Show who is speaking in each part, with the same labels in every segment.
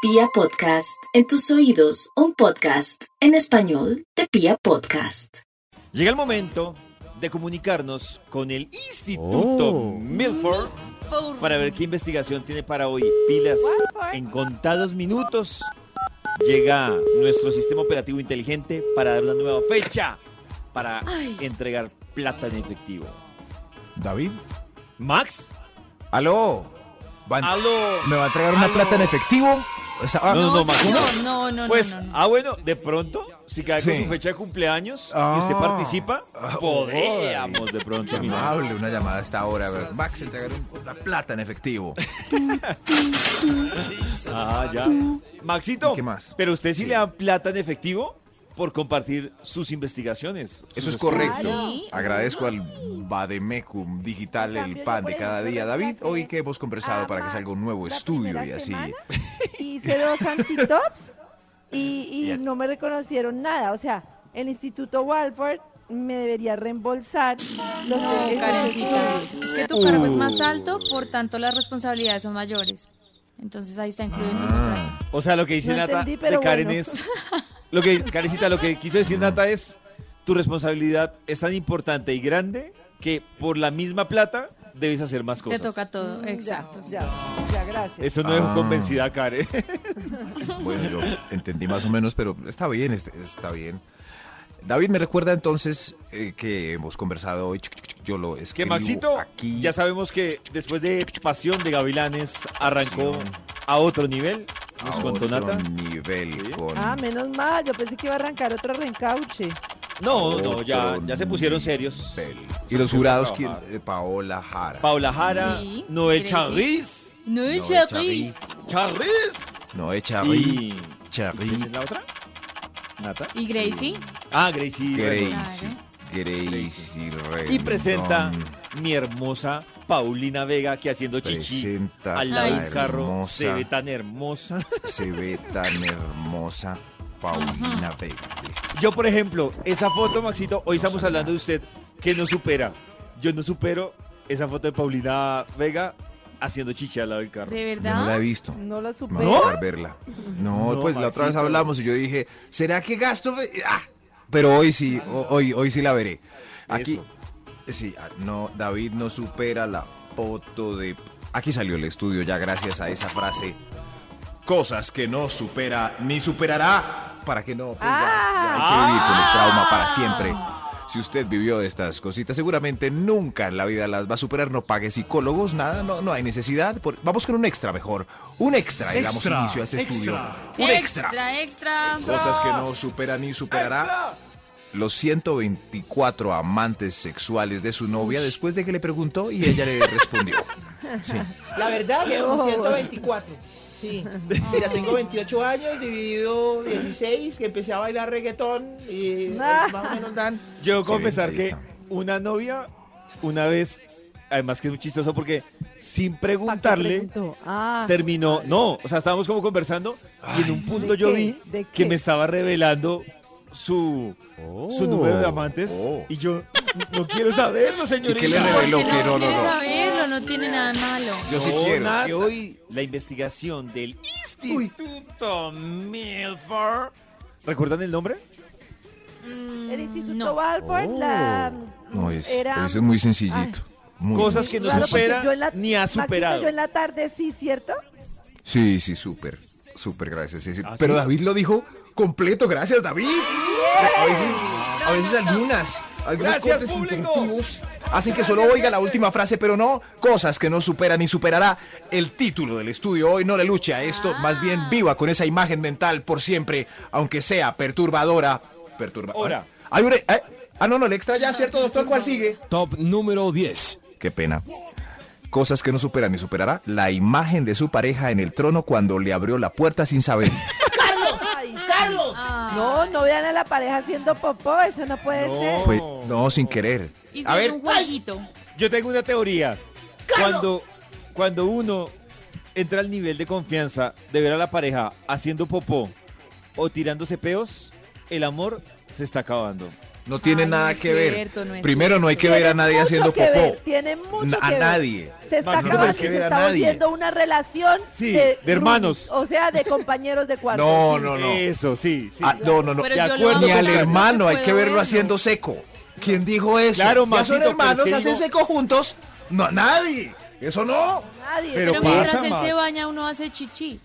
Speaker 1: Pia Podcast, en tus oídos, un podcast en español de Pia Podcast.
Speaker 2: Llega el momento de comunicarnos con el Instituto
Speaker 3: Oh.
Speaker 2: Milford para ver qué investigación tiene para hoy. Pilas, en contados minutos llega nuestro sistema operativo inteligente para dar una nueva fecha para entregar plata en efectivo.
Speaker 3: David,
Speaker 2: Max,
Speaker 3: aló. Van-
Speaker 2: aló.
Speaker 3: ¿Me va a traer una
Speaker 2: aló.
Speaker 3: plata en efectivo? O sea, ah,
Speaker 2: No, no, no, Max.
Speaker 4: No, no, no.
Speaker 2: Pues,
Speaker 4: no, no, no.
Speaker 2: ah, bueno, de pronto, si cae con
Speaker 3: Sí.
Speaker 2: su fecha de cumpleaños y usted
Speaker 3: Ah.
Speaker 2: participa,
Speaker 3: Ah,
Speaker 2: podríamos de pronto.
Speaker 3: qué
Speaker 2: mirar.
Speaker 3: amable una llamada a esta hora. a ver, Max, entregar un- una plata en efectivo.
Speaker 2: Ah, ya. Maxito,
Speaker 3: ¿Y qué más?
Speaker 2: pero usted sí,
Speaker 3: Sí.
Speaker 2: le dan plata en efectivo por compartir sus investigaciones.
Speaker 3: Eso
Speaker 2: sus
Speaker 3: es correcto.
Speaker 4: Claro.
Speaker 3: Agradezco al Bademecum Digital el pan de cada día. David, hoy que hemos conversado para que salga un nuevo
Speaker 5: la
Speaker 3: estudio
Speaker 5: primera
Speaker 3: y así.
Speaker 5: semana, Hice dos antitops y,
Speaker 3: Ya.
Speaker 5: y no me reconocieron nada. O sea, el Instituto Walford me debería reembolsar los
Speaker 4: No,
Speaker 5: esos
Speaker 4: Karencita.
Speaker 5: estudios.
Speaker 4: Es que tu cargo es
Speaker 3: Uh.
Speaker 4: más alto, por tanto las responsabilidades son mayores. Entonces ahí está incluido en
Speaker 3: Ah,
Speaker 4: tu contrato.
Speaker 2: O sea, lo que dice
Speaker 5: No
Speaker 2: Nata
Speaker 5: entendí,
Speaker 2: de
Speaker 5: pero
Speaker 2: Karen
Speaker 5: bueno.
Speaker 2: es. Lo que, Karencita, lo que quiso decir Nata es: tu responsabilidad es tan importante y grande que por la misma plata debes hacer más
Speaker 4: Te
Speaker 2: cosas.
Speaker 4: toca todo,
Speaker 5: Mm, ya,
Speaker 4: exacto. sí.
Speaker 5: Ya, ya, gracias.
Speaker 2: Eso no es
Speaker 3: Ah.
Speaker 2: convencida, Karen.
Speaker 3: Bueno, yo entendí más o menos, pero está bien, es- está bien. David, me recuerda entonces eh, que hemos conversado hoy. Yo lo
Speaker 2: Que
Speaker 3: escribo
Speaker 2: Maxito,
Speaker 3: aquí.
Speaker 2: ya sabemos que después de Pasión de Gavilanes arrancó a otro nivel. Nos
Speaker 3: a
Speaker 2: contó
Speaker 3: otro
Speaker 2: Nata.
Speaker 3: nivel
Speaker 2: Sí.
Speaker 3: con
Speaker 5: Ah, menos mal. Yo pensé que iba a arrancar otro reencauche.
Speaker 2: No, no, ya,
Speaker 3: otro
Speaker 2: ya se pusieron
Speaker 3: nivel.
Speaker 2: serios.
Speaker 3: Y los jurados, ¿quién?
Speaker 2: trabajar.
Speaker 3: Eh, Paola Jara.
Speaker 2: Paula Jara,
Speaker 4: Sí,
Speaker 2: Noel
Speaker 4: Gracie.
Speaker 2: Charriz.
Speaker 4: No,
Speaker 3: Noé
Speaker 4: no
Speaker 3: Charriz.
Speaker 2: Charriz.
Speaker 3: Noé Charri.
Speaker 2: Y... ¿Quién
Speaker 3: Charri.
Speaker 2: es la otra? Nata.
Speaker 4: Y Gracie.
Speaker 2: Ah, Gracie. Redondo.
Speaker 3: Gracie. Gracie Redondo.
Speaker 2: Y presenta mi hermosa Paulina Vega que haciendo chichi
Speaker 3: Presenta
Speaker 2: al lado
Speaker 3: la
Speaker 2: del carro
Speaker 3: hermosa,
Speaker 2: se ve tan hermosa.
Speaker 3: se ve tan hermosa Paulina Vega. Listo.
Speaker 2: Yo, por ejemplo, esa foto, Maxito, hoy
Speaker 3: No
Speaker 2: estamos
Speaker 3: sabe
Speaker 2: hablando
Speaker 3: nada.
Speaker 2: de usted que no supera. Yo no supero esa foto de Paulina Vega haciendo chichi al lado del carro.
Speaker 4: ¿De
Speaker 3: Yo no la he
Speaker 4: verdad?
Speaker 3: visto.
Speaker 5: No lo supe.
Speaker 3: Me va a tocar verla. No,
Speaker 2: No,
Speaker 3: pues la otra vez
Speaker 2: Maxito.
Speaker 3: hablamos y yo dije, ¿será que gasto? Ah, pero hoy sí, ho- hoy, hoy sí la veré. Aquí, sí, ah, no, David no supera la foto de... Aquí salió el estudio ya gracias a esa frase. Cosas que no supera ni superará. Para que no, pues ya, ya hay que vivir con el trauma para siempre. Si usted vivió de estas cositas, seguramente nunca en la vida las va a superar. No pague psicólogos, nada, no, no hay necesidad. Por- vamos con un extra mejor. Un extra, digamos,
Speaker 6: Extra,
Speaker 3: inicio a este
Speaker 6: extra.
Speaker 3: estudio. Un extra.
Speaker 4: Extra, extra.
Speaker 3: Cosas que no supera ni superará. Los 124 amantes sexuales de su novia después de que le preguntó y ella le respondió. Sí.
Speaker 7: La verdad,
Speaker 5: Qué
Speaker 7: llevo
Speaker 5: bobo.
Speaker 7: 124. Sí. Mira, tengo 28 años, dividido 16, que empecé a bailar reggaetón y eh, más o menos dan.
Speaker 2: Yo debo
Speaker 3: Sí,
Speaker 2: confesar
Speaker 3: ahí
Speaker 2: que
Speaker 3: está.
Speaker 2: una novia, una vez, además que es muy chistoso porque sin
Speaker 5: ¿Para qué
Speaker 2: preguntarle,
Speaker 5: preguntó? Ah,
Speaker 2: terminó, no, o sea, estábamos como conversando y en un punto
Speaker 5: ¿De
Speaker 2: yo
Speaker 5: qué?
Speaker 2: vi
Speaker 5: ¿De
Speaker 2: que
Speaker 5: qué?
Speaker 2: me estaba revelando su, su número de amantes
Speaker 3: Oh.
Speaker 2: y yo no quiero saberlo, señorita.
Speaker 3: qué le reveló?
Speaker 4: Porque
Speaker 3: que no, no,
Speaker 4: no quiere
Speaker 3: no.
Speaker 4: saberlo, no tiene nada de malo.
Speaker 3: Oh. Yo sí
Speaker 2: No,
Speaker 3: quiero.
Speaker 2: nada. Hoy la investigación del Instituto Milford. ¿Recuerdan el nombre?
Speaker 4: Mm,
Speaker 5: el Instituto
Speaker 4: no.
Speaker 5: Walford la,
Speaker 2: Oh,
Speaker 3: No, es,
Speaker 5: era-
Speaker 3: eso es muy sencillito. Muy
Speaker 2: Cosas que no
Speaker 3: sencillo.
Speaker 5: Claro, porque
Speaker 2: supera
Speaker 5: yo en la-
Speaker 2: ni ha
Speaker 5: Maxito,
Speaker 2: superado.
Speaker 5: yo en la tarde sí, ¿cierto?
Speaker 3: Sí, sí, súper. Súper, gracias. sí, sí.
Speaker 2: ¿Ah,
Speaker 3: Pero
Speaker 2: sí?
Speaker 3: David lo dijo completo, gracias, David. A veces, a veces algunas, algunos
Speaker 2: Gracias,
Speaker 3: cortes
Speaker 2: público.
Speaker 3: interruptivos hacen que solo oiga la última frase, pero no, cosas que no superan ni superará. El título del estudio hoy no le lucha a esto, más bien viva con esa imagen mental por siempre, aunque sea perturbadora.
Speaker 2: Ahora.
Speaker 3: Perturbadora. Hay una- eh, ah, no, no, le extra ya, ¿cierto, doctor? ¿Cuál sigue?
Speaker 6: Top número 10.
Speaker 3: Qué pena. Cosas que no superan ni superará. La imagen de su pareja en el trono cuando le abrió la puerta sin saber.
Speaker 5: Ay,
Speaker 7: ¡Carlos!
Speaker 4: Ah.
Speaker 5: No, no vean a la pareja haciendo popó, eso no puede
Speaker 2: No.
Speaker 5: ser.
Speaker 3: Fue, no, sin querer.
Speaker 4: Y
Speaker 3: A
Speaker 4: si es
Speaker 3: ver,
Speaker 4: un jueguito.
Speaker 2: Yo tengo una teoría. Cuando, cuando uno entra al nivel de confianza de ver a la pareja haciendo popó o tirándose peos, el amor se está acabando.
Speaker 3: No tiene
Speaker 4: Ay, no
Speaker 3: nada
Speaker 4: es
Speaker 3: que ver.
Speaker 4: cierto, no es
Speaker 3: Primero no hay que
Speaker 5: Tiene
Speaker 3: ver a nadie
Speaker 5: mucho
Speaker 3: haciendo
Speaker 5: que ver,
Speaker 3: popó.
Speaker 5: Tiene mucho
Speaker 3: A
Speaker 5: que ver.
Speaker 3: nadie.
Speaker 5: Se está
Speaker 2: Max, no
Speaker 5: acabando,
Speaker 2: tienes que
Speaker 5: se
Speaker 3: ver a
Speaker 5: está
Speaker 3: nadie.
Speaker 5: volviendo una relación
Speaker 2: Sí,
Speaker 5: de,
Speaker 2: de hermanos.
Speaker 5: roomies, O sea, de compañeros de cuarto.
Speaker 3: No,
Speaker 5: sí.
Speaker 3: no, no.
Speaker 2: Eso, sí. sí.
Speaker 3: Ah, no, no, no.
Speaker 4: Pero
Speaker 2: de
Speaker 4: yo lo
Speaker 2: acuerdo
Speaker 4: amo
Speaker 3: Ni al
Speaker 4: tanto,
Speaker 3: hermano,
Speaker 4: no
Speaker 3: hay que verlo
Speaker 4: puedo
Speaker 3: haciendo seco. ¿Quién dijo eso?
Speaker 2: Claro,
Speaker 3: ya
Speaker 2: Maxito,
Speaker 3: son
Speaker 2: pero es
Speaker 3: hermanos,
Speaker 2: que
Speaker 3: hacen
Speaker 2: digo-
Speaker 3: seco juntos. No, nadie. Eso no.
Speaker 5: Nadie.
Speaker 2: Pero
Speaker 4: Pero, mientras
Speaker 2: pasa,
Speaker 4: él
Speaker 2: Max.
Speaker 4: se baña, uno hace chichi.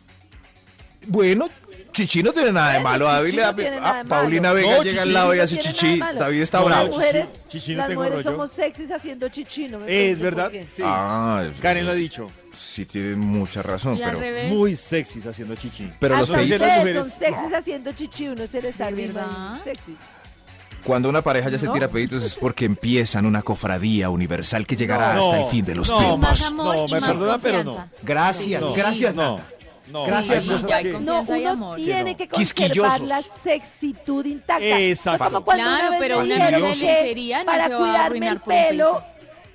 Speaker 3: Bueno, Chichi no tiene nada de
Speaker 5: Bueno,
Speaker 3: malo. David
Speaker 5: Chichi
Speaker 3: le da-
Speaker 5: no tiene
Speaker 3: ah,
Speaker 5: nada de malo.
Speaker 3: Paulina Vega
Speaker 2: No,
Speaker 3: llega
Speaker 2: Chichi
Speaker 3: al lado y
Speaker 5: no
Speaker 3: hace
Speaker 5: tiene nada
Speaker 3: Chichi.
Speaker 5: de malo.
Speaker 3: David está
Speaker 2: No,
Speaker 5: las
Speaker 2: Chichi-
Speaker 3: bravo.
Speaker 5: mujeres,
Speaker 2: Chichi no
Speaker 5: las
Speaker 2: tengo
Speaker 5: mujeres
Speaker 2: rollo.
Speaker 5: somos sexys haciendo chichi, no me
Speaker 2: Es
Speaker 5: pregunten
Speaker 2: verdad.
Speaker 5: por qué.
Speaker 2: Sí.
Speaker 3: Ah, es-
Speaker 2: Karen lo ha
Speaker 3: es-
Speaker 2: dicho.
Speaker 3: Sí, tienen mucha razón,
Speaker 4: Y al
Speaker 3: pero,
Speaker 4: revés.
Speaker 2: Muy sexys haciendo chichi.
Speaker 3: pero
Speaker 5: Hasta
Speaker 3: los
Speaker 2: Hasta
Speaker 3: peditos.
Speaker 2: ustedes-
Speaker 5: ustedes
Speaker 2: mujeres-
Speaker 5: son sexys haciendo chichi, uno se les arrima
Speaker 4: verdad?
Speaker 5: sexys.
Speaker 3: Cuando una pareja ya se
Speaker 4: No.
Speaker 3: tira peditos es porque empiezan una cofradía universal que llegará
Speaker 2: No,
Speaker 3: hasta el fin de los
Speaker 2: no,
Speaker 4: Hay más
Speaker 3: tiempos.
Speaker 4: amor
Speaker 2: No,
Speaker 4: y
Speaker 2: me
Speaker 4: más
Speaker 2: perdona, pero no.
Speaker 4: confianza.
Speaker 3: Gracias,
Speaker 4: No.
Speaker 3: gracias.
Speaker 2: No. no
Speaker 4: Gracias,
Speaker 2: hay
Speaker 4: no.
Speaker 2: cosas
Speaker 4: Ya hay
Speaker 2: que-
Speaker 5: No,
Speaker 4: Confianza y
Speaker 5: uno
Speaker 4: amor.
Speaker 5: tiene
Speaker 2: Sí,
Speaker 5: que
Speaker 3: Quisquillosos.
Speaker 5: conservar la sexitud intacta.
Speaker 2: Exacto.
Speaker 5: No como cuando
Speaker 4: Claro,
Speaker 5: una vez
Speaker 4: pero
Speaker 5: me
Speaker 3: una
Speaker 5: dijeron
Speaker 3: noche
Speaker 5: que
Speaker 4: de lencería no
Speaker 5: para
Speaker 4: se va a
Speaker 5: cuidarme
Speaker 4: arruinar
Speaker 5: el
Speaker 4: por un
Speaker 5: pelo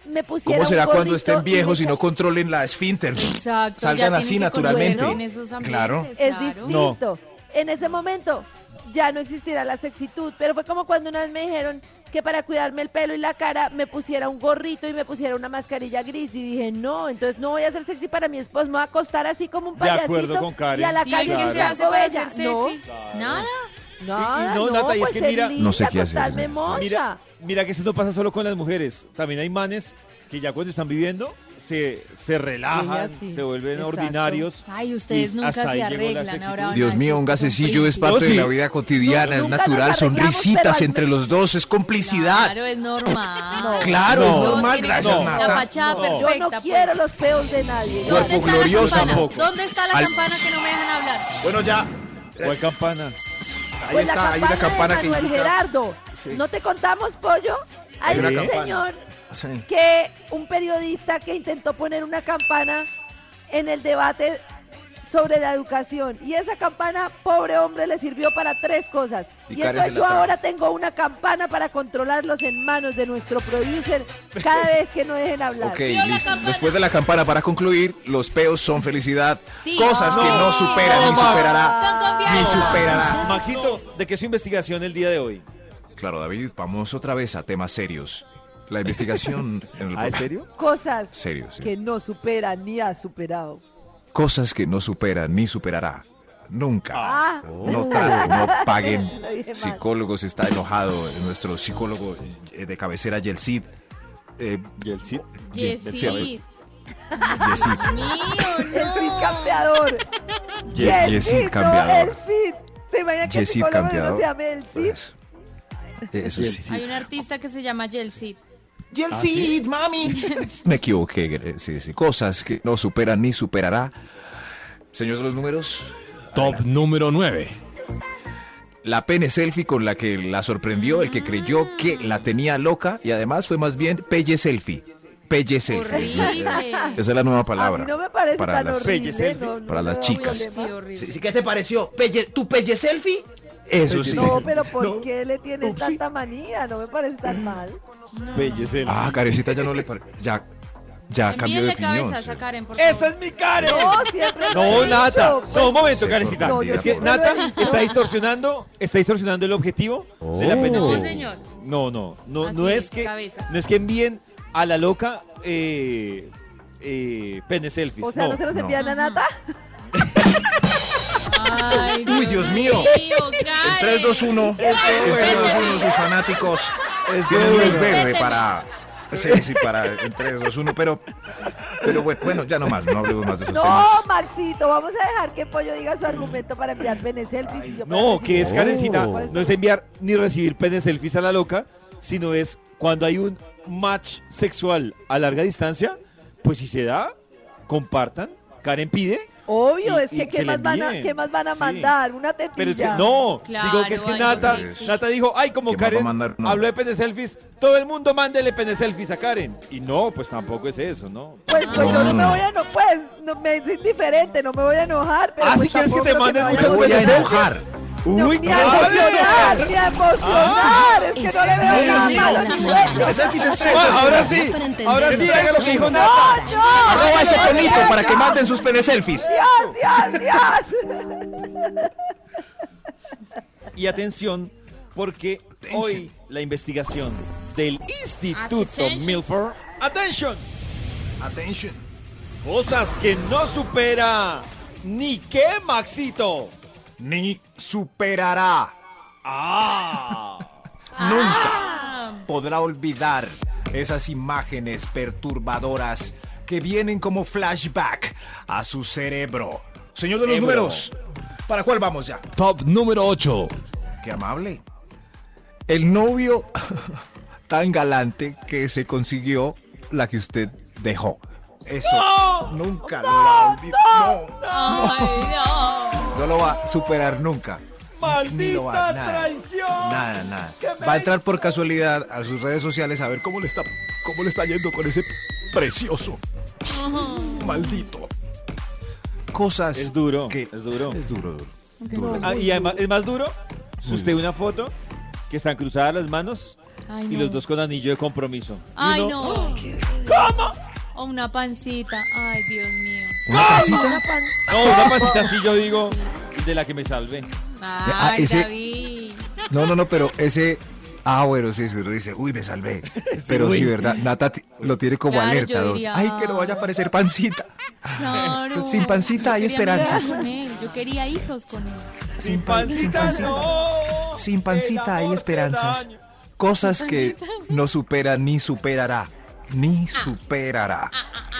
Speaker 5: me pusieron
Speaker 3: ¿Cómo será
Speaker 5: un
Speaker 3: cuando estén
Speaker 5: gorrito y
Speaker 3: viejos
Speaker 5: me
Speaker 3: y no controlen la esfínter?
Speaker 4: Exacto.
Speaker 3: Salgan
Speaker 4: ya
Speaker 3: así
Speaker 4: tienen que
Speaker 3: naturalmente.
Speaker 4: conocerse en esos ambientes,
Speaker 3: Claro.
Speaker 5: es
Speaker 4: claro.
Speaker 5: distinto. En ese momento ya no existirá la sexitud, pero fue como cuando una vez me dijeron que para cuidarme el pelo y la cara me pusiera un gorrito y me pusiera una mascarilla gris y dije, no, entonces no voy a ser sexy para mi esposo, me voy a acostar así como un
Speaker 2: De
Speaker 5: payasito
Speaker 2: acuerdo con Karen.
Speaker 5: y a la
Speaker 4: ¿Y el
Speaker 5: calle
Speaker 4: que
Speaker 5: sí
Speaker 4: se hace
Speaker 5: salgo
Speaker 4: para
Speaker 5: bella.
Speaker 4: ser sexy? Nada.
Speaker 2: Y-
Speaker 5: No,
Speaker 2: y
Speaker 5: no,
Speaker 2: no, Nata, y es
Speaker 5: pues
Speaker 2: que
Speaker 5: ser
Speaker 2: mira-
Speaker 5: linda,
Speaker 3: No sé qué hacer, no sé.
Speaker 5: acostarme mocha.
Speaker 2: Mira, mira que esto no pasa solo con las mujeres. También hay manes que ya cuando están viviendo se, se relajan,
Speaker 5: Ellas sí,
Speaker 2: se vuelven
Speaker 5: exacto. Ah.
Speaker 2: ordinarios.
Speaker 4: Ay, ustedes
Speaker 2: Y
Speaker 4: nunca
Speaker 2: hasta ahí
Speaker 4: se
Speaker 2: llegó la
Speaker 4: arreglan.
Speaker 2: sexitud.
Speaker 4: Ahora van a
Speaker 3: Dios
Speaker 4: decir
Speaker 3: mío, un
Speaker 4: que son
Speaker 3: gasecillo es
Speaker 4: príncipes.
Speaker 3: parte
Speaker 2: No, sí.
Speaker 3: de la vida cotidiana, es
Speaker 5: Nunca nos
Speaker 3: natural, son
Speaker 5: arreglamos, pero
Speaker 3: risitas
Speaker 5: al-
Speaker 3: entre los dos, es complicidad.
Speaker 4: Claro, es normal.
Speaker 3: Claro,
Speaker 2: No,
Speaker 3: es
Speaker 2: no
Speaker 3: normal,
Speaker 4: tiene que
Speaker 3: gracias
Speaker 4: ser
Speaker 2: no.
Speaker 4: La
Speaker 3: Nata.
Speaker 4: fachada
Speaker 2: No.
Speaker 4: perfecta.
Speaker 5: Yo no
Speaker 4: pues.
Speaker 5: quiero los feos de nadie.
Speaker 3: Cuerpo
Speaker 4: ¿Dónde está
Speaker 3: glorioso
Speaker 4: la campana?
Speaker 3: tampoco.
Speaker 4: ¿Dónde está la
Speaker 3: Al-
Speaker 4: campana que no me dejan hablar?
Speaker 3: Bueno, ya,
Speaker 2: ¿Cuál campana?
Speaker 3: ahí
Speaker 5: Pues
Speaker 3: está, hay una campana
Speaker 5: de
Speaker 3: que
Speaker 5: Manuel
Speaker 3: indica-
Speaker 5: Gerardo. ¿No te contamos, pollo? Hay
Speaker 2: Hay una
Speaker 5: un
Speaker 3: campana.
Speaker 5: señor
Speaker 3: Sí.
Speaker 5: que un periodista que intentó poner una campana en el debate sobre la educación y esa campana, pobre hombre, le sirvió para tres cosas.
Speaker 3: Y
Speaker 5: Y,
Speaker 3: Karen se
Speaker 5: entonces
Speaker 3: la
Speaker 5: yo
Speaker 3: traga.
Speaker 5: ahora tengo una campana para controlarlos en manos de nuestro producer cada vez que no dejen hablar.
Speaker 3: Ok,
Speaker 4: Vio la
Speaker 3: listo.
Speaker 4: campana.
Speaker 3: Después de la campana, para concluir, los peos son felicidad.
Speaker 4: Sí.
Speaker 3: Cosas que no
Speaker 4: Sí.
Speaker 3: superan ni
Speaker 4: Son
Speaker 3: superará. Ni
Speaker 4: confianza.
Speaker 3: superará.
Speaker 2: Maxito, ¿de qué es su investigación el día de hoy?
Speaker 3: Claro, David, vamos otra vez a temas serios. La investigación en el
Speaker 2: ¿Ah, ¿en serio?
Speaker 5: Cosas
Speaker 3: Serio, sí.
Speaker 5: que no supera ni ha superado.
Speaker 3: Cosas que no superan ni superará. Nunca.
Speaker 5: Ah.
Speaker 3: No traten, no paguen.
Speaker 5: Lo dije mal.
Speaker 3: Psicólogos está enojado. eh, Nuestro psicólogo eh, de cabecera, Yelcid. Eh,
Speaker 2: Yeltsin.
Speaker 3: Ye-
Speaker 4: Yesid.
Speaker 3: Yelcid.
Speaker 4: Mío, no.
Speaker 5: El Cid campeador.
Speaker 3: Ye-
Speaker 5: Y el Cid,
Speaker 3: Yesid
Speaker 5: no,
Speaker 3: cambiador.
Speaker 5: El Cid. ¿Se imaginan que el
Speaker 3: Yesid
Speaker 5: psicólogo de uno
Speaker 3: cambiador.
Speaker 5: se llame el Cid?
Speaker 3: Eso. Pues, Eso sí.
Speaker 4: Hay un artista que se llama Yeltsin.
Speaker 7: Y el
Speaker 2: ¿Ah,
Speaker 7: Cid, mami.
Speaker 3: Me equivoqué, eh, sí, sí. Cosas que no superan ni superará. Señor de los números,
Speaker 6: Top número 9.
Speaker 3: la pene selfie con la que la sorprendió el que creyó que la tenía loca y además fue más bien pelle selfie. Pelle selfie.
Speaker 4: Horrible.
Speaker 3: Esa es la nueva
Speaker 5: A
Speaker 3: Pues, palabra.
Speaker 5: mí no me parece
Speaker 3: para
Speaker 5: tan
Speaker 3: las-
Speaker 2: Pelle
Speaker 5: horrible.
Speaker 2: selfie.
Speaker 5: no, no
Speaker 3: para
Speaker 5: me
Speaker 3: las
Speaker 5: da
Speaker 3: chicas.
Speaker 5: problema.
Speaker 4: Qué horrible.
Speaker 7: Sí, sí, ¿Qué te pareció? Pelle- ¿Tu pelle selfie?
Speaker 3: Eso sí.
Speaker 5: Pues No, pero ¿por qué le tienen tanta manía? No me parece
Speaker 2: Mm.
Speaker 5: tan mal.
Speaker 2: Belleza.
Speaker 3: Ah, Carecita ya no le pare- Ya, ya cambió
Speaker 4: Envíen
Speaker 3: de
Speaker 4: la
Speaker 3: opinión.
Speaker 4: cabeza
Speaker 3: sí.
Speaker 4: a Karen, por favor.
Speaker 2: ¡Esa es mi Karen!
Speaker 5: No, siempre lo
Speaker 2: No,
Speaker 5: he
Speaker 2: Nata.
Speaker 5: dicho,
Speaker 2: No, un
Speaker 5: pues,
Speaker 2: momento,
Speaker 3: Se
Speaker 2: Karencita.
Speaker 3: sorprendida
Speaker 2: Es que
Speaker 3: por-
Speaker 2: Nata
Speaker 5: Pero-
Speaker 2: está distorsionando, está distorsionando el objetivo de la
Speaker 3: Oh.
Speaker 2: pene
Speaker 4: No,
Speaker 2: selfie.
Speaker 4: señor.
Speaker 2: No, no, no,
Speaker 4: Así
Speaker 2: no
Speaker 4: es,
Speaker 2: es que
Speaker 4: cabeza.
Speaker 2: no es que envíen a la loca eh, eh, pene selfies.
Speaker 5: O sea, no,
Speaker 2: no.
Speaker 5: se los
Speaker 3: no.
Speaker 5: envían a Nata.
Speaker 4: Ay,
Speaker 3: Uy, Dios mío. El
Speaker 4: Karen.
Speaker 3: 3-2-1. El 3-2-1, sus fanáticos. Tienen luz verde
Speaker 4: Respétenme.
Speaker 3: para. Sí, sí, para el 3-2-1, pero. Pero bueno, bueno, ya no más, no hablemos más de esos
Speaker 5: No,
Speaker 3: temas.
Speaker 5: Maxito, vamos a dejar que Pollo diga su argumento para enviar pene selfies. y yo para
Speaker 2: No,
Speaker 5: decir-
Speaker 2: que es
Speaker 3: Oh.
Speaker 2: Karencita, no es enviar ni recibir pene selfies a la loca, sino es cuando hay un match sexual a larga distancia, pues si se da, compartan. Karen pide,
Speaker 5: Obvio,
Speaker 2: y-
Speaker 5: es
Speaker 2: y
Speaker 5: que,
Speaker 2: que le
Speaker 5: ¿qué, más van a,
Speaker 2: envíen.
Speaker 5: ¿qué más van a
Speaker 2: Sí.
Speaker 5: mandar? Una tetilla.
Speaker 2: pero es que no,
Speaker 4: Claro,
Speaker 2: digo que es que
Speaker 4: ay,
Speaker 2: Nata,
Speaker 4: no sé.
Speaker 2: Nata dijo, ay, como
Speaker 3: ¿Quién va a
Speaker 2: Karen
Speaker 3: mandar uno?
Speaker 2: habló de pene selfies, todo el mundo mándele pene selfies a Karen. Y no, pues tampoco es eso, ¿no?
Speaker 5: Pues, pues yo no me
Speaker 3: No.
Speaker 5: voy a enojar, pues no, me es indiferente, no me voy a enojar. Pero
Speaker 2: Ah,
Speaker 5: pues
Speaker 2: ¿sí quieres que
Speaker 5: tampoco
Speaker 2: te
Speaker 5: me
Speaker 2: manden
Speaker 5: vaya
Speaker 2: muchas
Speaker 5: a
Speaker 3: voy a
Speaker 5: emocionar.
Speaker 3: enojar.
Speaker 5: No,
Speaker 2: Uy, Ah.
Speaker 5: ni a Ah, emocionar, ni a emocionar, es que no le veo nada
Speaker 2: sí.
Speaker 5: malo. Bueno,
Speaker 2: Ah, ahora sí, ahora sí, haga lo que dijo Nata.
Speaker 3: Arroba ese pelito para que maten sus pene selfies.
Speaker 5: Dios, Dios, Dios.
Speaker 2: Y atención, porque hoy la investigación del
Speaker 5: Ah,
Speaker 2: Instituto
Speaker 4: Attention.
Speaker 2: Milford, atención,
Speaker 3: Attention.
Speaker 2: cosas que no supera ni que Maxito.
Speaker 3: Ni superará.
Speaker 2: Ah,
Speaker 4: Nunca.
Speaker 3: Podrá olvidar esas imágenes perturbadoras que vienen como flashback a su cerebro. Señor de los
Speaker 2: Ebro.
Speaker 3: números, ¿para cuál vamos ya?
Speaker 6: Top número 8.
Speaker 3: Qué amable. El novio tan galante que se consiguió la que usted dejó. Eso nunca lo va a olvidar. No,
Speaker 4: Ay, no.
Speaker 3: no lo va a superar nunca. Ni lo va-
Speaker 2: maldita
Speaker 3: nada,
Speaker 2: traición.
Speaker 3: Nada, nada. Va a entrar por casualidad a sus redes sociales a ver cómo le está, cómo le está yendo con ese precioso. Maldito. Cosas
Speaker 2: Es duro,
Speaker 3: que
Speaker 2: es duro.
Speaker 3: Es duro, duro.
Speaker 4: no.
Speaker 2: Ah, y además, es más duro, usted una foto que están cruzadas las manos
Speaker 4: Ay,
Speaker 2: y
Speaker 4: no.
Speaker 2: los dos con anillo de compromiso. Y
Speaker 4: Ay,
Speaker 2: uno,
Speaker 4: no. ¿Cómo? O una pancita. Ay, Dios mío.
Speaker 3: ¿Una pancita?
Speaker 2: No, una pasita así yo digo, de la que me salve.
Speaker 4: Ay,
Speaker 3: ah, ese-
Speaker 4: David.
Speaker 3: No, no, no, pero ese. Ah, bueno, sí, seguro dice, uy, me salvé. Pero sí, ¿verdad? Nata ti- lo tiene como
Speaker 4: Claro, yo
Speaker 3: alerta. don.
Speaker 4: diría,
Speaker 3: Ay, que no vaya a aparecer pancita.
Speaker 4: Claro.
Speaker 3: Sin pancita hay
Speaker 4: Yo quería mi vida
Speaker 3: esperanzas.
Speaker 4: con él, Yo quería hijos con él.
Speaker 2: Sin pancita, no.
Speaker 3: Sin pancita hay esperanzas. Cosas que no supera ni superará. Ni superará.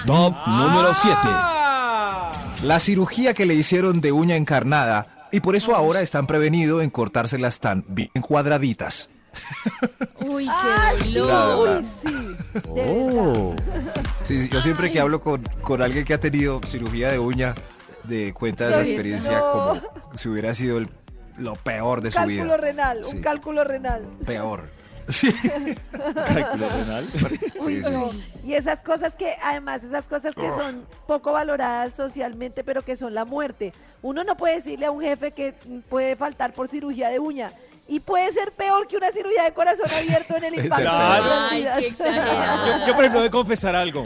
Speaker 6: Top número 7.
Speaker 2: Ah.
Speaker 7: Ah.
Speaker 3: La cirugía que le hicieron de uña encarnada. Y por eso ahora están prevenidos en cortárselas tan bien cuadraditas.
Speaker 4: Uy,
Speaker 5: Ay,
Speaker 3: La
Speaker 4: qué dolor.
Speaker 3: verdad.
Speaker 5: Uy, sí. de
Speaker 2: Oh,
Speaker 5: verdad.
Speaker 6: Oh.
Speaker 3: Sí, sí, yo siempre que
Speaker 4: Ay.
Speaker 3: hablo con, con alguien que ha tenido cirugía de uña, de cuenta de esa
Speaker 5: Ay,
Speaker 3: experiencia
Speaker 5: no.
Speaker 3: como si hubiera sido el- lo peor de su
Speaker 5: Cálculo
Speaker 3: vida.
Speaker 5: renal,
Speaker 3: Sí.
Speaker 5: un cálculo renal.
Speaker 3: Peor. Sí.
Speaker 2: Cálculo renal.
Speaker 5: Uy,
Speaker 3: Sí, sí.
Speaker 5: no. Y esas cosas que, además, esas cosas que son poco valoradas socialmente, pero que son la muerte. Uno no puede decirle a un jefe que mm, puede faltar por cirugía de uña. Y puede ser peor que una cirugía de corazón abierto en el
Speaker 3: es
Speaker 5: impacto.
Speaker 2: Claro.
Speaker 5: de
Speaker 4: Ay,
Speaker 5: las
Speaker 4: qué
Speaker 5: vidas.
Speaker 4: exagerado.
Speaker 2: Yo, yo, por ejemplo, voy a confesar algo.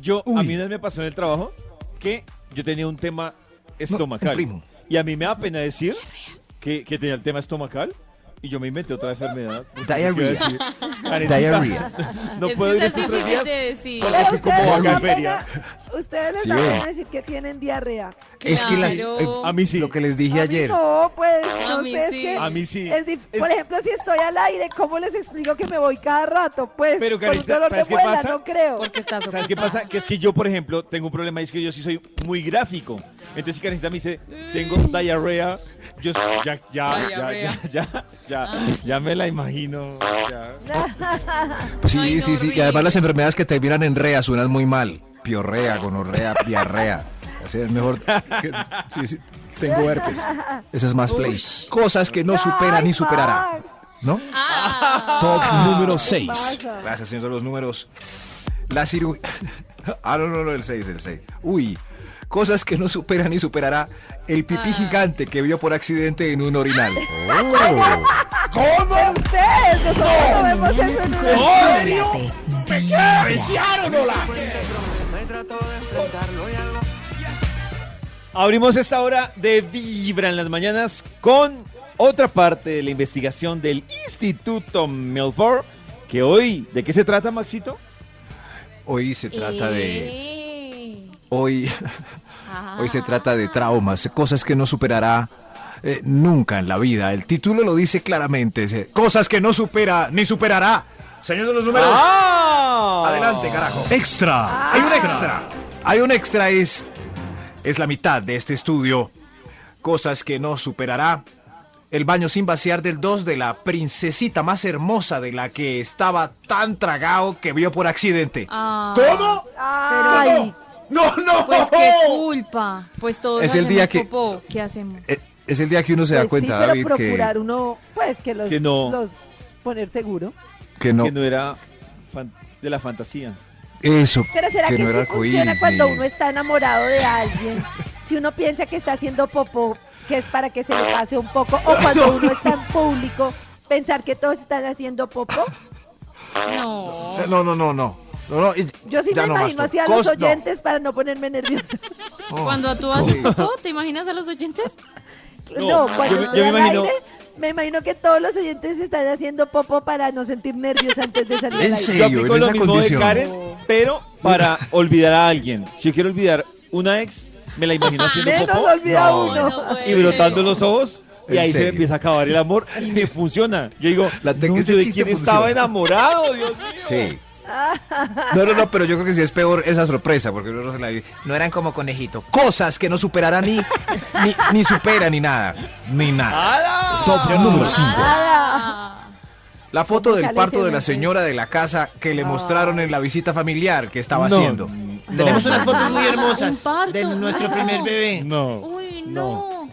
Speaker 2: Yo, a
Speaker 3: Uy.
Speaker 2: mí una vez me pasó en el trabajo que yo tenía un tema estomacal.
Speaker 3: primo.
Speaker 2: y a mí me da pena decir que, que tenía el tema estomacal y yo me inventé otra enfermedad.
Speaker 3: Diarrea.
Speaker 2: Karencita,
Speaker 3: Diarrea.
Speaker 2: No
Speaker 4: Es
Speaker 2: puedo
Speaker 4: que
Speaker 2: ir
Speaker 4: eso
Speaker 2: estos
Speaker 4: es
Speaker 2: tres días.
Speaker 4: difícil de decir.
Speaker 2: con-
Speaker 5: Pero
Speaker 2: Así como
Speaker 5: ustedes les da
Speaker 2: Bacalferia.
Speaker 5: pena- Ustedes les
Speaker 3: Sí,
Speaker 5: da
Speaker 3: ve.
Speaker 5: pena decir que tienen diarrea.
Speaker 3: Es que las-
Speaker 4: Claro.
Speaker 3: eh,
Speaker 2: A mí sí.
Speaker 3: lo que les dije
Speaker 5: A mí
Speaker 3: ayer.
Speaker 5: No, pues, no
Speaker 4: A mí
Speaker 5: sé, es
Speaker 4: sí.
Speaker 5: que
Speaker 2: A mí sí.
Speaker 5: es dif-
Speaker 2: Es-
Speaker 5: Por ejemplo, si estoy al aire, ¿cómo les explico que me voy cada rato? Pues,
Speaker 2: Pero,
Speaker 5: con un
Speaker 2: Karencita,
Speaker 5: dolor de
Speaker 2: ¿sabes qué
Speaker 5: muela,
Speaker 2: pasa?
Speaker 5: no creo.
Speaker 4: Porque estás
Speaker 2: ¿Sabes qué pasa? Que es que yo, por ejemplo, tengo un problema y es que yo sí soy muy gráfico. Entonces, si Karencita me dice, tengo diarrea, yo s- ya, ya, ya, ya,
Speaker 4: Mm. Diarrea.
Speaker 2: ya, ya, ya me la imagino. ya.
Speaker 3: Pues Sí,
Speaker 4: Ay,
Speaker 3: sí,
Speaker 4: no,
Speaker 3: sí. Y
Speaker 4: horrible.
Speaker 3: además las enfermedades que terminan en rea suenan muy mal. Piorrea, gonorrea, diarrea. Así es mejor. que- sí, sí. Tengo herpes. Ese es más play.
Speaker 4: Ush.
Speaker 3: Cosas que no supera
Speaker 5: Ay,
Speaker 3: ni superará.
Speaker 5: Max,
Speaker 3: ¿No?
Speaker 4: Ah,
Speaker 6: Top número 6.
Speaker 5: pasa?
Speaker 3: Gracias, señor, de los números. La cirugía. Ah, no, no, no, el 6, el 6. Uy, cosas que no superan ni superará el
Speaker 4: Ah.
Speaker 3: pipí gigante que vio por accidente en un orinal.
Speaker 5: Pero ustedes, nosotros no vemos eso en un escenario.
Speaker 2: Abrimos esta hora de Vibra en las mañanas con otra parte de la investigación del Instituto Milford. Que hoy, ¿de qué se trata, Maxito?
Speaker 3: Hoy se trata de.
Speaker 4: eh.
Speaker 3: Hoy, hoy
Speaker 4: Ah.
Speaker 3: se trata de traumas, cosas que no superará eh, nunca en la vida. El título lo dice claramente. se- Cosas que no supera ni superará. Señor de los números.
Speaker 2: ¡Ah!
Speaker 3: Adelante, carajo. Extra. Hay un extra. Hay un extra es es la mitad de este estudio. Cosas que no superará. El baño sin vaciar del 2 de la princesita más hermosa de la que estaba tan tragado que vio por accidente.
Speaker 4: Ah,
Speaker 3: ¿Cómo?
Speaker 5: Ay,
Speaker 3: No, no.
Speaker 4: Pues qué
Speaker 7: ¡Oh!
Speaker 4: culpa. Pues todos
Speaker 3: Es el
Speaker 4: hacemos
Speaker 3: día que-
Speaker 4: popó. ¿Qué hacemos?
Speaker 3: Eh, Es el día que uno se da
Speaker 5: pues
Speaker 3: cuenta,
Speaker 5: sí, pero
Speaker 3: David,
Speaker 5: procurar
Speaker 3: que,
Speaker 5: uno, pues, que los,
Speaker 2: que no.
Speaker 5: los poner seguro.
Speaker 3: que no.
Speaker 2: Que no era fan- de la fantasía.
Speaker 3: Eso.
Speaker 5: Pero será que,
Speaker 3: no
Speaker 5: sí
Speaker 3: era
Speaker 5: funciona
Speaker 3: arcoíris,
Speaker 5: cuando
Speaker 3: ni-
Speaker 5: uno está enamorado de alguien, si uno piensa que está haciendo popó, que es para que se le pase un poco, o cuando uno está en público, pensar que todos están haciendo popó.
Speaker 4: No.
Speaker 3: Eh, No, no, no, no. No, no, y-
Speaker 5: Yo sí
Speaker 3: ya
Speaker 5: me
Speaker 3: no
Speaker 5: imagino
Speaker 3: más,
Speaker 5: así a los
Speaker 3: cos- no.
Speaker 5: oyentes para no ponerme nerviosa.
Speaker 3: Oh,
Speaker 4: Cuando tú haces
Speaker 3: sí.
Speaker 4: popó, ¿te imaginas a los oyentes?
Speaker 2: No,
Speaker 5: No, cuando
Speaker 2: yo me-
Speaker 5: estoy
Speaker 2: yo me
Speaker 5: al
Speaker 2: imagino-
Speaker 5: aire, Me imagino que todos los oyentes están haciendo popo para no sentir nervios antes de salir. al
Speaker 3: ¿En
Speaker 5: aire.
Speaker 2: Yo
Speaker 3: serio?
Speaker 2: aplico
Speaker 3: ¿En
Speaker 2: lo
Speaker 3: esa
Speaker 2: mismo
Speaker 3: condición?
Speaker 2: de Karen, pero para olvidar a alguien. Si yo quiero olvidar una ex, me la
Speaker 3: Ah,
Speaker 2: imagino haciendo
Speaker 5: Menos
Speaker 2: popó
Speaker 5: olvida
Speaker 3: No,
Speaker 5: uno.
Speaker 4: no puede
Speaker 2: y
Speaker 4: ser.
Speaker 2: brotando los ojos. Y
Speaker 3: ¿En
Speaker 2: ahí se me
Speaker 3: serio?
Speaker 2: empieza a acabar el amor y me funciona. Yo digo,
Speaker 3: La tec-
Speaker 2: no,
Speaker 3: ese
Speaker 2: yo de
Speaker 3: chiste
Speaker 2: quién
Speaker 3: funciona.
Speaker 2: estaba enamorado, Dios mío.
Speaker 3: Sí. No, no, no, pero yo creo que sí es peor esa sorpresa, porque uno no se la vive. No eran como conejito. Cosas que no superarán ni, ni, ni supera ni nada. Ni nada.
Speaker 2: ¡Nada!
Speaker 6: Top número
Speaker 5: Ah.
Speaker 6: 5.
Speaker 4: Ah,
Speaker 3: La foto del
Speaker 5: Sale
Speaker 3: parto de la
Speaker 5: ese mensaje.
Speaker 3: señora de la casa que le mostraron en la visita familiar que estaba
Speaker 2: No,
Speaker 3: haciendo.
Speaker 2: no.
Speaker 7: Tenemos unas fotos muy
Speaker 4: Un
Speaker 7: hermosas
Speaker 4: parto,
Speaker 7: de nuestro
Speaker 4: no.
Speaker 7: primer bebé.
Speaker 2: No.
Speaker 4: Uy, no.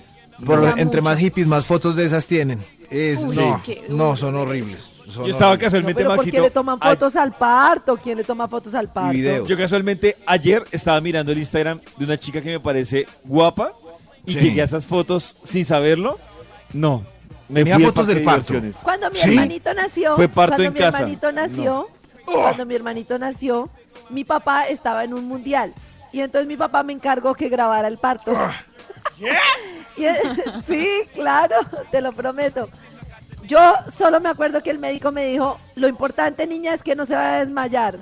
Speaker 3: Por-
Speaker 4: Ya
Speaker 3: entre
Speaker 4: mucho.
Speaker 3: más hippies, más fotos de esas tienen. Es,
Speaker 4: Uy,
Speaker 3: no,
Speaker 4: qué-
Speaker 3: no,
Speaker 4: uy.
Speaker 3: son horribles. Son
Speaker 2: Yo estaba
Speaker 3: horribles.
Speaker 5: No,
Speaker 2: casualmente,
Speaker 5: pero ¿por qué
Speaker 2: Maxito.
Speaker 5: le toman
Speaker 2: a-
Speaker 5: fotos al parto? ¿Quién le toma fotos al parto?
Speaker 3: videos.
Speaker 2: Yo casualmente ayer estaba mirando el Instagram de una chica que me parece guapa y
Speaker 3: Sí.
Speaker 2: llegué a esas fotos sin saberlo. No. Me
Speaker 3: Tenía
Speaker 2: fui al
Speaker 3: fotos
Speaker 2: parque
Speaker 3: del
Speaker 2: de
Speaker 3: parto.
Speaker 2: diversiones.
Speaker 5: Cuando mi
Speaker 3: ¿Sí?
Speaker 5: hermanito nació,
Speaker 2: Fue parto
Speaker 5: cuando
Speaker 2: en
Speaker 5: mi
Speaker 2: casa.
Speaker 5: hermanito nació, cuando mi hermanito nació, mi papá estaba en un mundial y entonces mi papá me encargó que grabara el parto. Y es- sí, claro, te lo prometo. Yo solo me acuerdo que el médico me dijo, lo importante niña es que no se vaya a desmayar.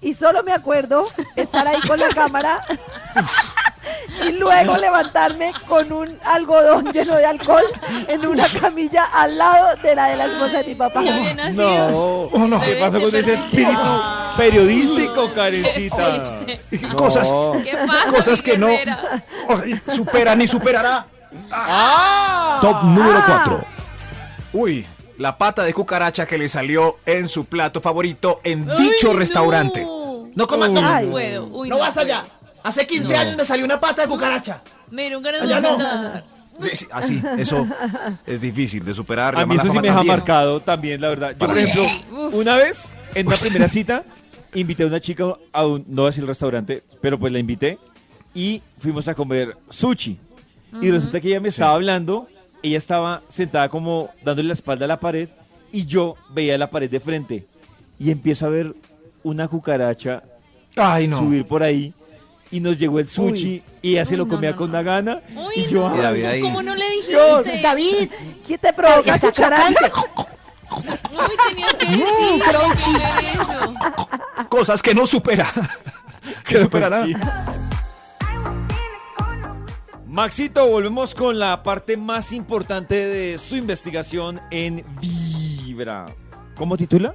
Speaker 5: Y solo me acuerdo estar ahí con la cámara y luego levantarme con un algodón lleno de alcohol en una camilla al lado de la de la esposa de mi papá.
Speaker 4: Ya había nacido.
Speaker 2: No.
Speaker 3: Oh, no.
Speaker 2: ¿Qué
Speaker 4: Bebé,
Speaker 2: pasó
Speaker 4: te
Speaker 2: con ese
Speaker 4: perdiste.
Speaker 2: espíritu
Speaker 4: Ah.
Speaker 2: periodístico, Karencita?
Speaker 3: Cosas,
Speaker 4: ¿Qué pasa,
Speaker 3: cosas que no
Speaker 4: mi guerrera?
Speaker 3: ay, supera ni superará.
Speaker 4: Ah.
Speaker 6: Top número 4.
Speaker 3: Uy, la pata de cucaracha que le salió en su plato favorito en dicho
Speaker 4: Uy,
Speaker 3: restaurante.
Speaker 4: No,
Speaker 7: No comas, no,
Speaker 5: Ay.
Speaker 4: No puedo. Uy,
Speaker 7: no vas
Speaker 4: puedo.
Speaker 7: allá. Hace 15 años me salió una pata de cucaracha.
Speaker 4: Me dieron ganas de
Speaker 7: Allá no.
Speaker 4: vomitar.
Speaker 3: Sí, sí, Así, eso es difícil de superar. la
Speaker 2: A mí
Speaker 3: mala
Speaker 2: eso sí
Speaker 3: fama
Speaker 2: me ha
Speaker 3: también.
Speaker 2: marcado también, la verdad. Yo, por
Speaker 3: Uy.
Speaker 2: ejemplo,
Speaker 4: Uf.
Speaker 2: una vez, en una
Speaker 3: Uy.
Speaker 2: primera cita, invité a una chica a un, no voy a decir el restaurante, pero pues la invité y fuimos a comer sushi. Y resulta que ella me estaba hablando, ella estaba sentada como dándole la espalda a la pared y yo veía la pared de frente y empiezo a ver una cucaracha
Speaker 3: Ay, no.
Speaker 2: subir por ahí y nos llegó el sushi y ella se
Speaker 4: Uy,
Speaker 2: lo
Speaker 4: no,
Speaker 2: comía
Speaker 4: no,
Speaker 2: con
Speaker 4: no.
Speaker 2: la gana
Speaker 4: Uy,
Speaker 2: y yo...
Speaker 4: no.
Speaker 3: Y
Speaker 2: "Ah,
Speaker 3: David ahí.
Speaker 4: ¿Cómo no le
Speaker 2: Dios,
Speaker 4: dijiste?
Speaker 8: David,
Speaker 5: ¿Qué te provoca
Speaker 8: está
Speaker 5: cucaracha?
Speaker 4: Uy, tenías que decirlo. qué eso.
Speaker 3: Cosas que no supera. que
Speaker 2: Pero
Speaker 3: superará.
Speaker 2: pues sí. Maxito, volvemos con la parte más importante de su investigación en Vibra. ¿Cómo titula?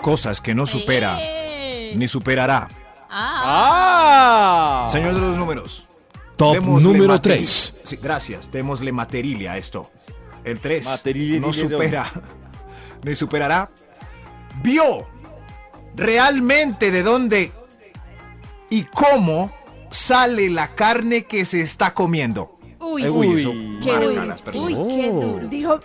Speaker 3: Cosas que no supera
Speaker 4: Eh.
Speaker 3: ni superará.
Speaker 4: Ah,
Speaker 2: ¡Ah!
Speaker 3: Señor de los números.
Speaker 6: Top
Speaker 3: démosle
Speaker 6: número
Speaker 3: materi-
Speaker 6: 3.
Speaker 3: Sí, gracias. Démosle materilia a esto. El 3
Speaker 2: Materilia,
Speaker 3: no
Speaker 2: dinero.
Speaker 3: supera. Ni superará. Vio realmente de dónde y cómo sale la carne que se está comiendo.
Speaker 4: uy,
Speaker 3: Eh,
Speaker 2: uy,
Speaker 3: eso
Speaker 4: qué
Speaker 3: marca a
Speaker 4: duro.
Speaker 3: las personas.
Speaker 4: Uy, qué
Speaker 2: Oh.
Speaker 4: duro.
Speaker 5: Dijo,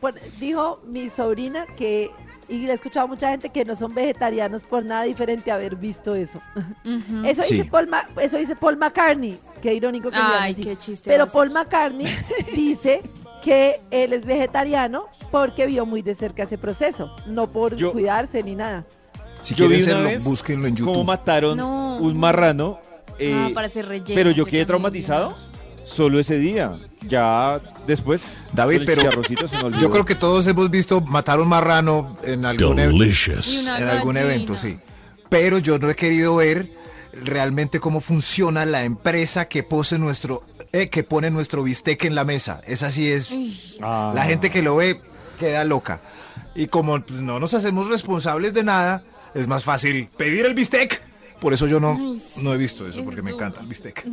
Speaker 5: por- dijo mi sobrina que, y le he escuchado a mucha gente que no son vegetarianos por nada diferente a haber visto eso.
Speaker 4: Ujú.
Speaker 5: Eso,
Speaker 3: Sí.
Speaker 5: dice Paul Ma- eso dice Paul McCartney, qué irónico que digan
Speaker 4: Ay,
Speaker 5: así.
Speaker 4: qué chiste.
Speaker 5: Pero
Speaker 4: más.
Speaker 5: Paul McCartney dice que él es vegetariano porque vio muy de cerca ese proceso, no por
Speaker 2: Yo-
Speaker 5: cuidarse ni nada.
Speaker 3: Si
Speaker 2: Yo
Speaker 3: quieren
Speaker 2: vi una
Speaker 3: hacerlo,
Speaker 2: vez
Speaker 3: búsquenlo en
Speaker 2: ¿Cómo
Speaker 3: YouTube.
Speaker 2: mataron
Speaker 4: No.
Speaker 2: un marrano? eh,
Speaker 4: Ah, para ser relleno,
Speaker 2: pero yo quedé
Speaker 4: también,
Speaker 2: traumatizado
Speaker 4: digamos.
Speaker 2: solo ese día. Ya después.
Speaker 3: David,
Speaker 2: con el
Speaker 3: pero
Speaker 2: chicharroncito se me olvidó.
Speaker 3: Yo creo que todos hemos visto matar un marrano en algún evento.
Speaker 4: Y
Speaker 6: Delicious.
Speaker 4: una
Speaker 3: en algún
Speaker 4: gallina.
Speaker 3: evento, sí. Pero yo no he querido ver realmente cómo funciona la empresa que pose nuestro, eh, que pone nuestro bistec en la mesa. Esa sí es.
Speaker 4: Uy,
Speaker 2: Ah.
Speaker 3: La gente que lo ve queda loca. Y como pues, no nos hacemos responsables de nada, es más fácil pedir el bistec. Por eso yo no,
Speaker 4: Ay, sí,
Speaker 3: no he visto eso,
Speaker 4: es
Speaker 3: porque me
Speaker 4: duro.
Speaker 3: encanta el bistec.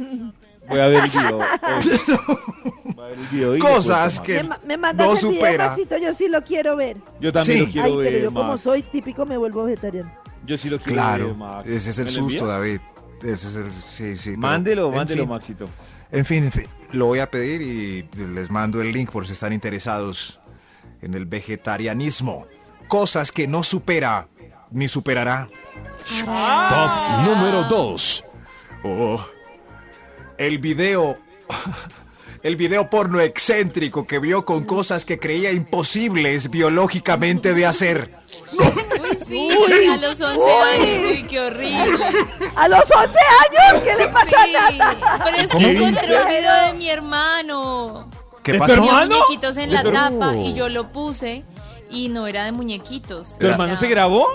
Speaker 2: Voy a ver el video. hoy. Voy a ver el video y le
Speaker 3: Cosas
Speaker 2: cuento,
Speaker 3: que-
Speaker 5: Me, ma- me mandas
Speaker 3: no
Speaker 5: el video,
Speaker 3: supera.
Speaker 5: Maxito, yo sí lo quiero ver.
Speaker 2: Max. Yo también
Speaker 3: Sí.
Speaker 2: lo quiero
Speaker 5: Ay, pero
Speaker 2: ver
Speaker 5: yo como
Speaker 2: más.
Speaker 5: soy típico me vuelvo vegetariano.
Speaker 2: Yo sí lo quiero ver,
Speaker 3: Claro,
Speaker 2: Max.
Speaker 3: ese es el
Speaker 2: ¿Me lo
Speaker 3: susto,
Speaker 2: envía?
Speaker 3: David. Ese es el. Sí, sí. pero,
Speaker 2: Mándelo,
Speaker 3: en
Speaker 2: mándelo,
Speaker 3: fin.
Speaker 2: Maxito.
Speaker 3: En fin, en fin, lo voy a pedir y les mando el link por si están interesados en el vegetarianismo. Cosas que no supera ni superará.
Speaker 2: Ah.
Speaker 6: Top número 2.
Speaker 3: Oh, el video. El video porno excéntrico que vio con cosas que creía imposibles biológicamente de hacer.
Speaker 4: uy, sí, a los 11 años. Uy, qué horrible.
Speaker 5: ¡A los 11 años! ¿Qué le pasa a
Speaker 4: Sí,
Speaker 5: Nata?
Speaker 4: pero es que encontré un video de mi hermano.
Speaker 3: ¿Qué
Speaker 2: ¿De tu
Speaker 3: pasó?
Speaker 2: hermano?
Speaker 4: Tenía muñequitos en la
Speaker 6: Pero-
Speaker 4: tapa y yo lo puse y no era de muñequitos.
Speaker 2: ¿Tu hermano
Speaker 4: Era-
Speaker 2: se grabó?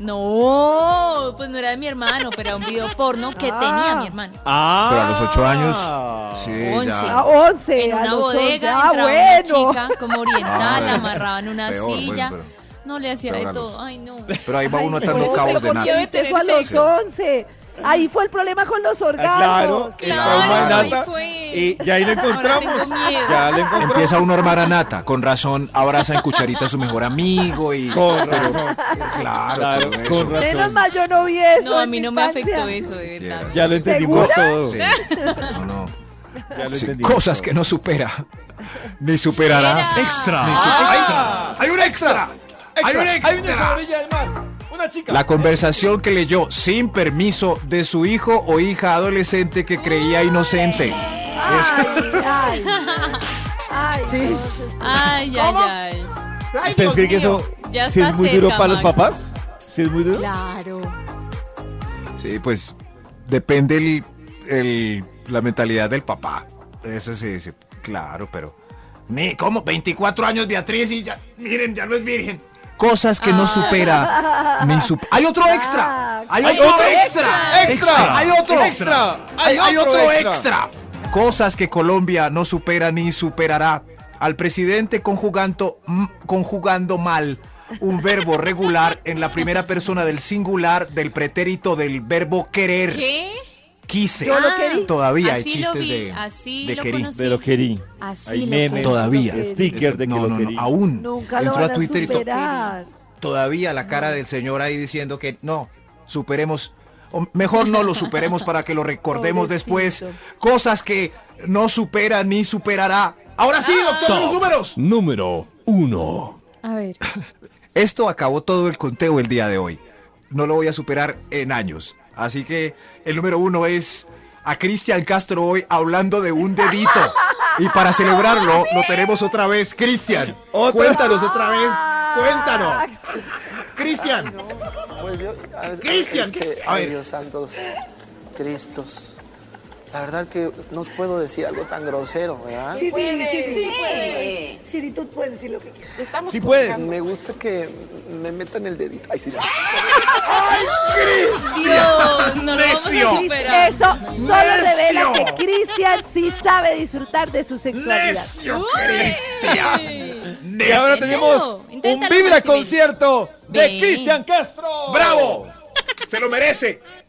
Speaker 4: No, pues no era de mi hermano, pero era un video porno que
Speaker 5: Ah.
Speaker 4: tenía mi hermano.
Speaker 2: Ah.
Speaker 3: Pero a los ocho años. Sí,
Speaker 4: Once.
Speaker 5: A
Speaker 3: ya.
Speaker 5: 11.
Speaker 4: En
Speaker 5: a
Speaker 4: una
Speaker 5: los 11,
Speaker 4: bodega
Speaker 5: Ah,
Speaker 4: entraba
Speaker 5: bueno.
Speaker 4: una chica como oriental,
Speaker 3: Ah,
Speaker 4: la amarraba en una
Speaker 3: peor, bueno,
Speaker 4: silla.
Speaker 3: pero-
Speaker 4: No le hacía
Speaker 3: peor
Speaker 4: de
Speaker 3: a los-
Speaker 4: todo. Ay, no.
Speaker 3: Pero ahí va uno atando
Speaker 5: Pero
Speaker 3: cabos de
Speaker 5: ¿por qué
Speaker 3: nada.
Speaker 5: viste eso a los
Speaker 3: Sí.
Speaker 5: 11? Ahí fue el problema con los
Speaker 2: Ah, claro,
Speaker 5: orgasmos.
Speaker 2: el trauma de
Speaker 3: Claro,
Speaker 4: ahí
Speaker 2: Nata.
Speaker 4: fue.
Speaker 2: Y ya ahí lo
Speaker 4: Ahora
Speaker 2: encontramos.
Speaker 4: tengo miedo.
Speaker 2: Ya lo encontramos.
Speaker 3: Empieza uno a armar a Nata. Con razón, abraza en cucharita a su mejor amigo y.
Speaker 2: Con razón.
Speaker 3: Claro,
Speaker 2: Claro,
Speaker 3: todo eso.
Speaker 2: con razón.
Speaker 5: Menos mal yo no vi eso.
Speaker 4: No, a
Speaker 5: en
Speaker 4: mí
Speaker 5: mi
Speaker 4: no me
Speaker 5: infancia.
Speaker 4: afectó eso, de verdad.
Speaker 3: Yes.
Speaker 2: Ya lo entendimos
Speaker 5: ¿Segura?
Speaker 2: todo.
Speaker 3: Sí, eso no.
Speaker 2: Ya lo
Speaker 3: Sí,
Speaker 2: entendimos
Speaker 3: cosas
Speaker 2: todo.
Speaker 3: que no supera. Ni superará.
Speaker 4: Era.
Speaker 6: Extra.
Speaker 3: Ni su- ¡Hay un extra! ¡Hay un
Speaker 2: Ah, Hay una
Speaker 3: extra!
Speaker 2: orilla del mar. Una chica.
Speaker 3: La conversación que leyó sin permiso de su hijo o hija adolescente que creía inocente.
Speaker 5: Ay, ay, ay.
Speaker 7: Sí.
Speaker 5: no sé si-
Speaker 4: Ay, ay,
Speaker 7: ¿Cómo?
Speaker 4: ay.
Speaker 7: Ay,
Speaker 2: ¿Ustedes
Speaker 7: Dios
Speaker 2: creen que
Speaker 7: mío.
Speaker 2: eso
Speaker 4: Ya
Speaker 2: si
Speaker 4: está
Speaker 2: es muy duro
Speaker 4: cerca,
Speaker 2: para los
Speaker 4: Max.
Speaker 2: papás? ¿Si es muy duro?
Speaker 4: Claro.
Speaker 3: Sí, pues depende el, el- la mentalidad del papá. Ese sí, sí, claro, pero... Ni, ¿cómo? 24 años Beatriz y ya, miren, ya no es virgen. Cosas que
Speaker 2: Ah.
Speaker 3: no supera ni su... ¡Hay otro extra! ¡Hay,
Speaker 2: ¡Hay
Speaker 3: otro,
Speaker 2: otro
Speaker 3: extra!
Speaker 2: extra! ¡Extra!
Speaker 3: ¡Hay otro
Speaker 2: ¡Extra!
Speaker 3: ¡Hay, hay otro extra! Cosas que Colombia no supera ni superará. Al presidente conjugando, mm, conjugando mal un verbo regular en la primera persona del singular del pretérito del verbo querer.
Speaker 4: ¿Qué?
Speaker 3: Quise.
Speaker 5: Yo lo
Speaker 4: Ah,
Speaker 5: querí.
Speaker 3: Todavía hay
Speaker 4: así lo
Speaker 3: chistes
Speaker 4: vi,
Speaker 3: de,
Speaker 4: así
Speaker 3: de
Speaker 4: lo
Speaker 3: querí.
Speaker 4: conocí.
Speaker 2: De lo querí.
Speaker 4: Así
Speaker 2: Hay
Speaker 4: lo
Speaker 2: memes.
Speaker 4: querí.
Speaker 3: Todavía.
Speaker 2: Sticker de que
Speaker 3: no,
Speaker 2: lo
Speaker 3: no, no,
Speaker 2: querí.
Speaker 3: aún.
Speaker 5: Nunca lo
Speaker 3: Entró
Speaker 5: van
Speaker 3: a
Speaker 5: a
Speaker 3: Twitter y to-
Speaker 5: superar.
Speaker 3: todavía la cara del señor ahí diciendo que no, superemos, o mejor no lo superemos para que lo recordemos después.
Speaker 5: Pobrecito.
Speaker 3: Cosas que no supera ni superará. Ahora sí, doctor, los números.
Speaker 6: Número 1.
Speaker 4: A ver.
Speaker 3: Esto acabó todo el conteo el día de hoy. No lo voy a superar en años. Así que el número uno es a Cristian Castro hoy hablando de un dedito. Y para celebrarlo, lo tenemos otra vez. Cristian,
Speaker 2: Otra-
Speaker 3: cuéntanos otra vez. Cuéntanos. Cristian.
Speaker 8: Pues yo, a veces-
Speaker 3: Cristian,
Speaker 8: este,
Speaker 3: a
Speaker 8: ay,
Speaker 3: ver.
Speaker 8: Dios santos, Cristos. La verdad que no puedo decir algo tan grosero, ¿verdad?
Speaker 9: Sí, sí, sí, sí, puede. Sí, tú puedes decir lo que quieras. Estamos
Speaker 2: Sí puedes.
Speaker 8: Me gusta que me metan el dedito. Ay, sí, no.
Speaker 4: Dios, no lo vamos
Speaker 3: Necio.
Speaker 4: a
Speaker 5: Cris-
Speaker 4: superar.
Speaker 5: Eso solo
Speaker 3: Necio.
Speaker 5: revela que Cristian sí sabe disfrutar de su sexualidad.
Speaker 3: Necio,
Speaker 4: Uy.
Speaker 3: Cristian.
Speaker 2: Y ahora tenemos
Speaker 3: Necio.
Speaker 4: Inténtalo,
Speaker 2: un
Speaker 4: inténtalo,
Speaker 2: vibra
Speaker 4: Maxi, ven.
Speaker 2: concierto de
Speaker 4: Ven.
Speaker 2: Cristian Castro.
Speaker 3: ¡Bravo! Se lo merece.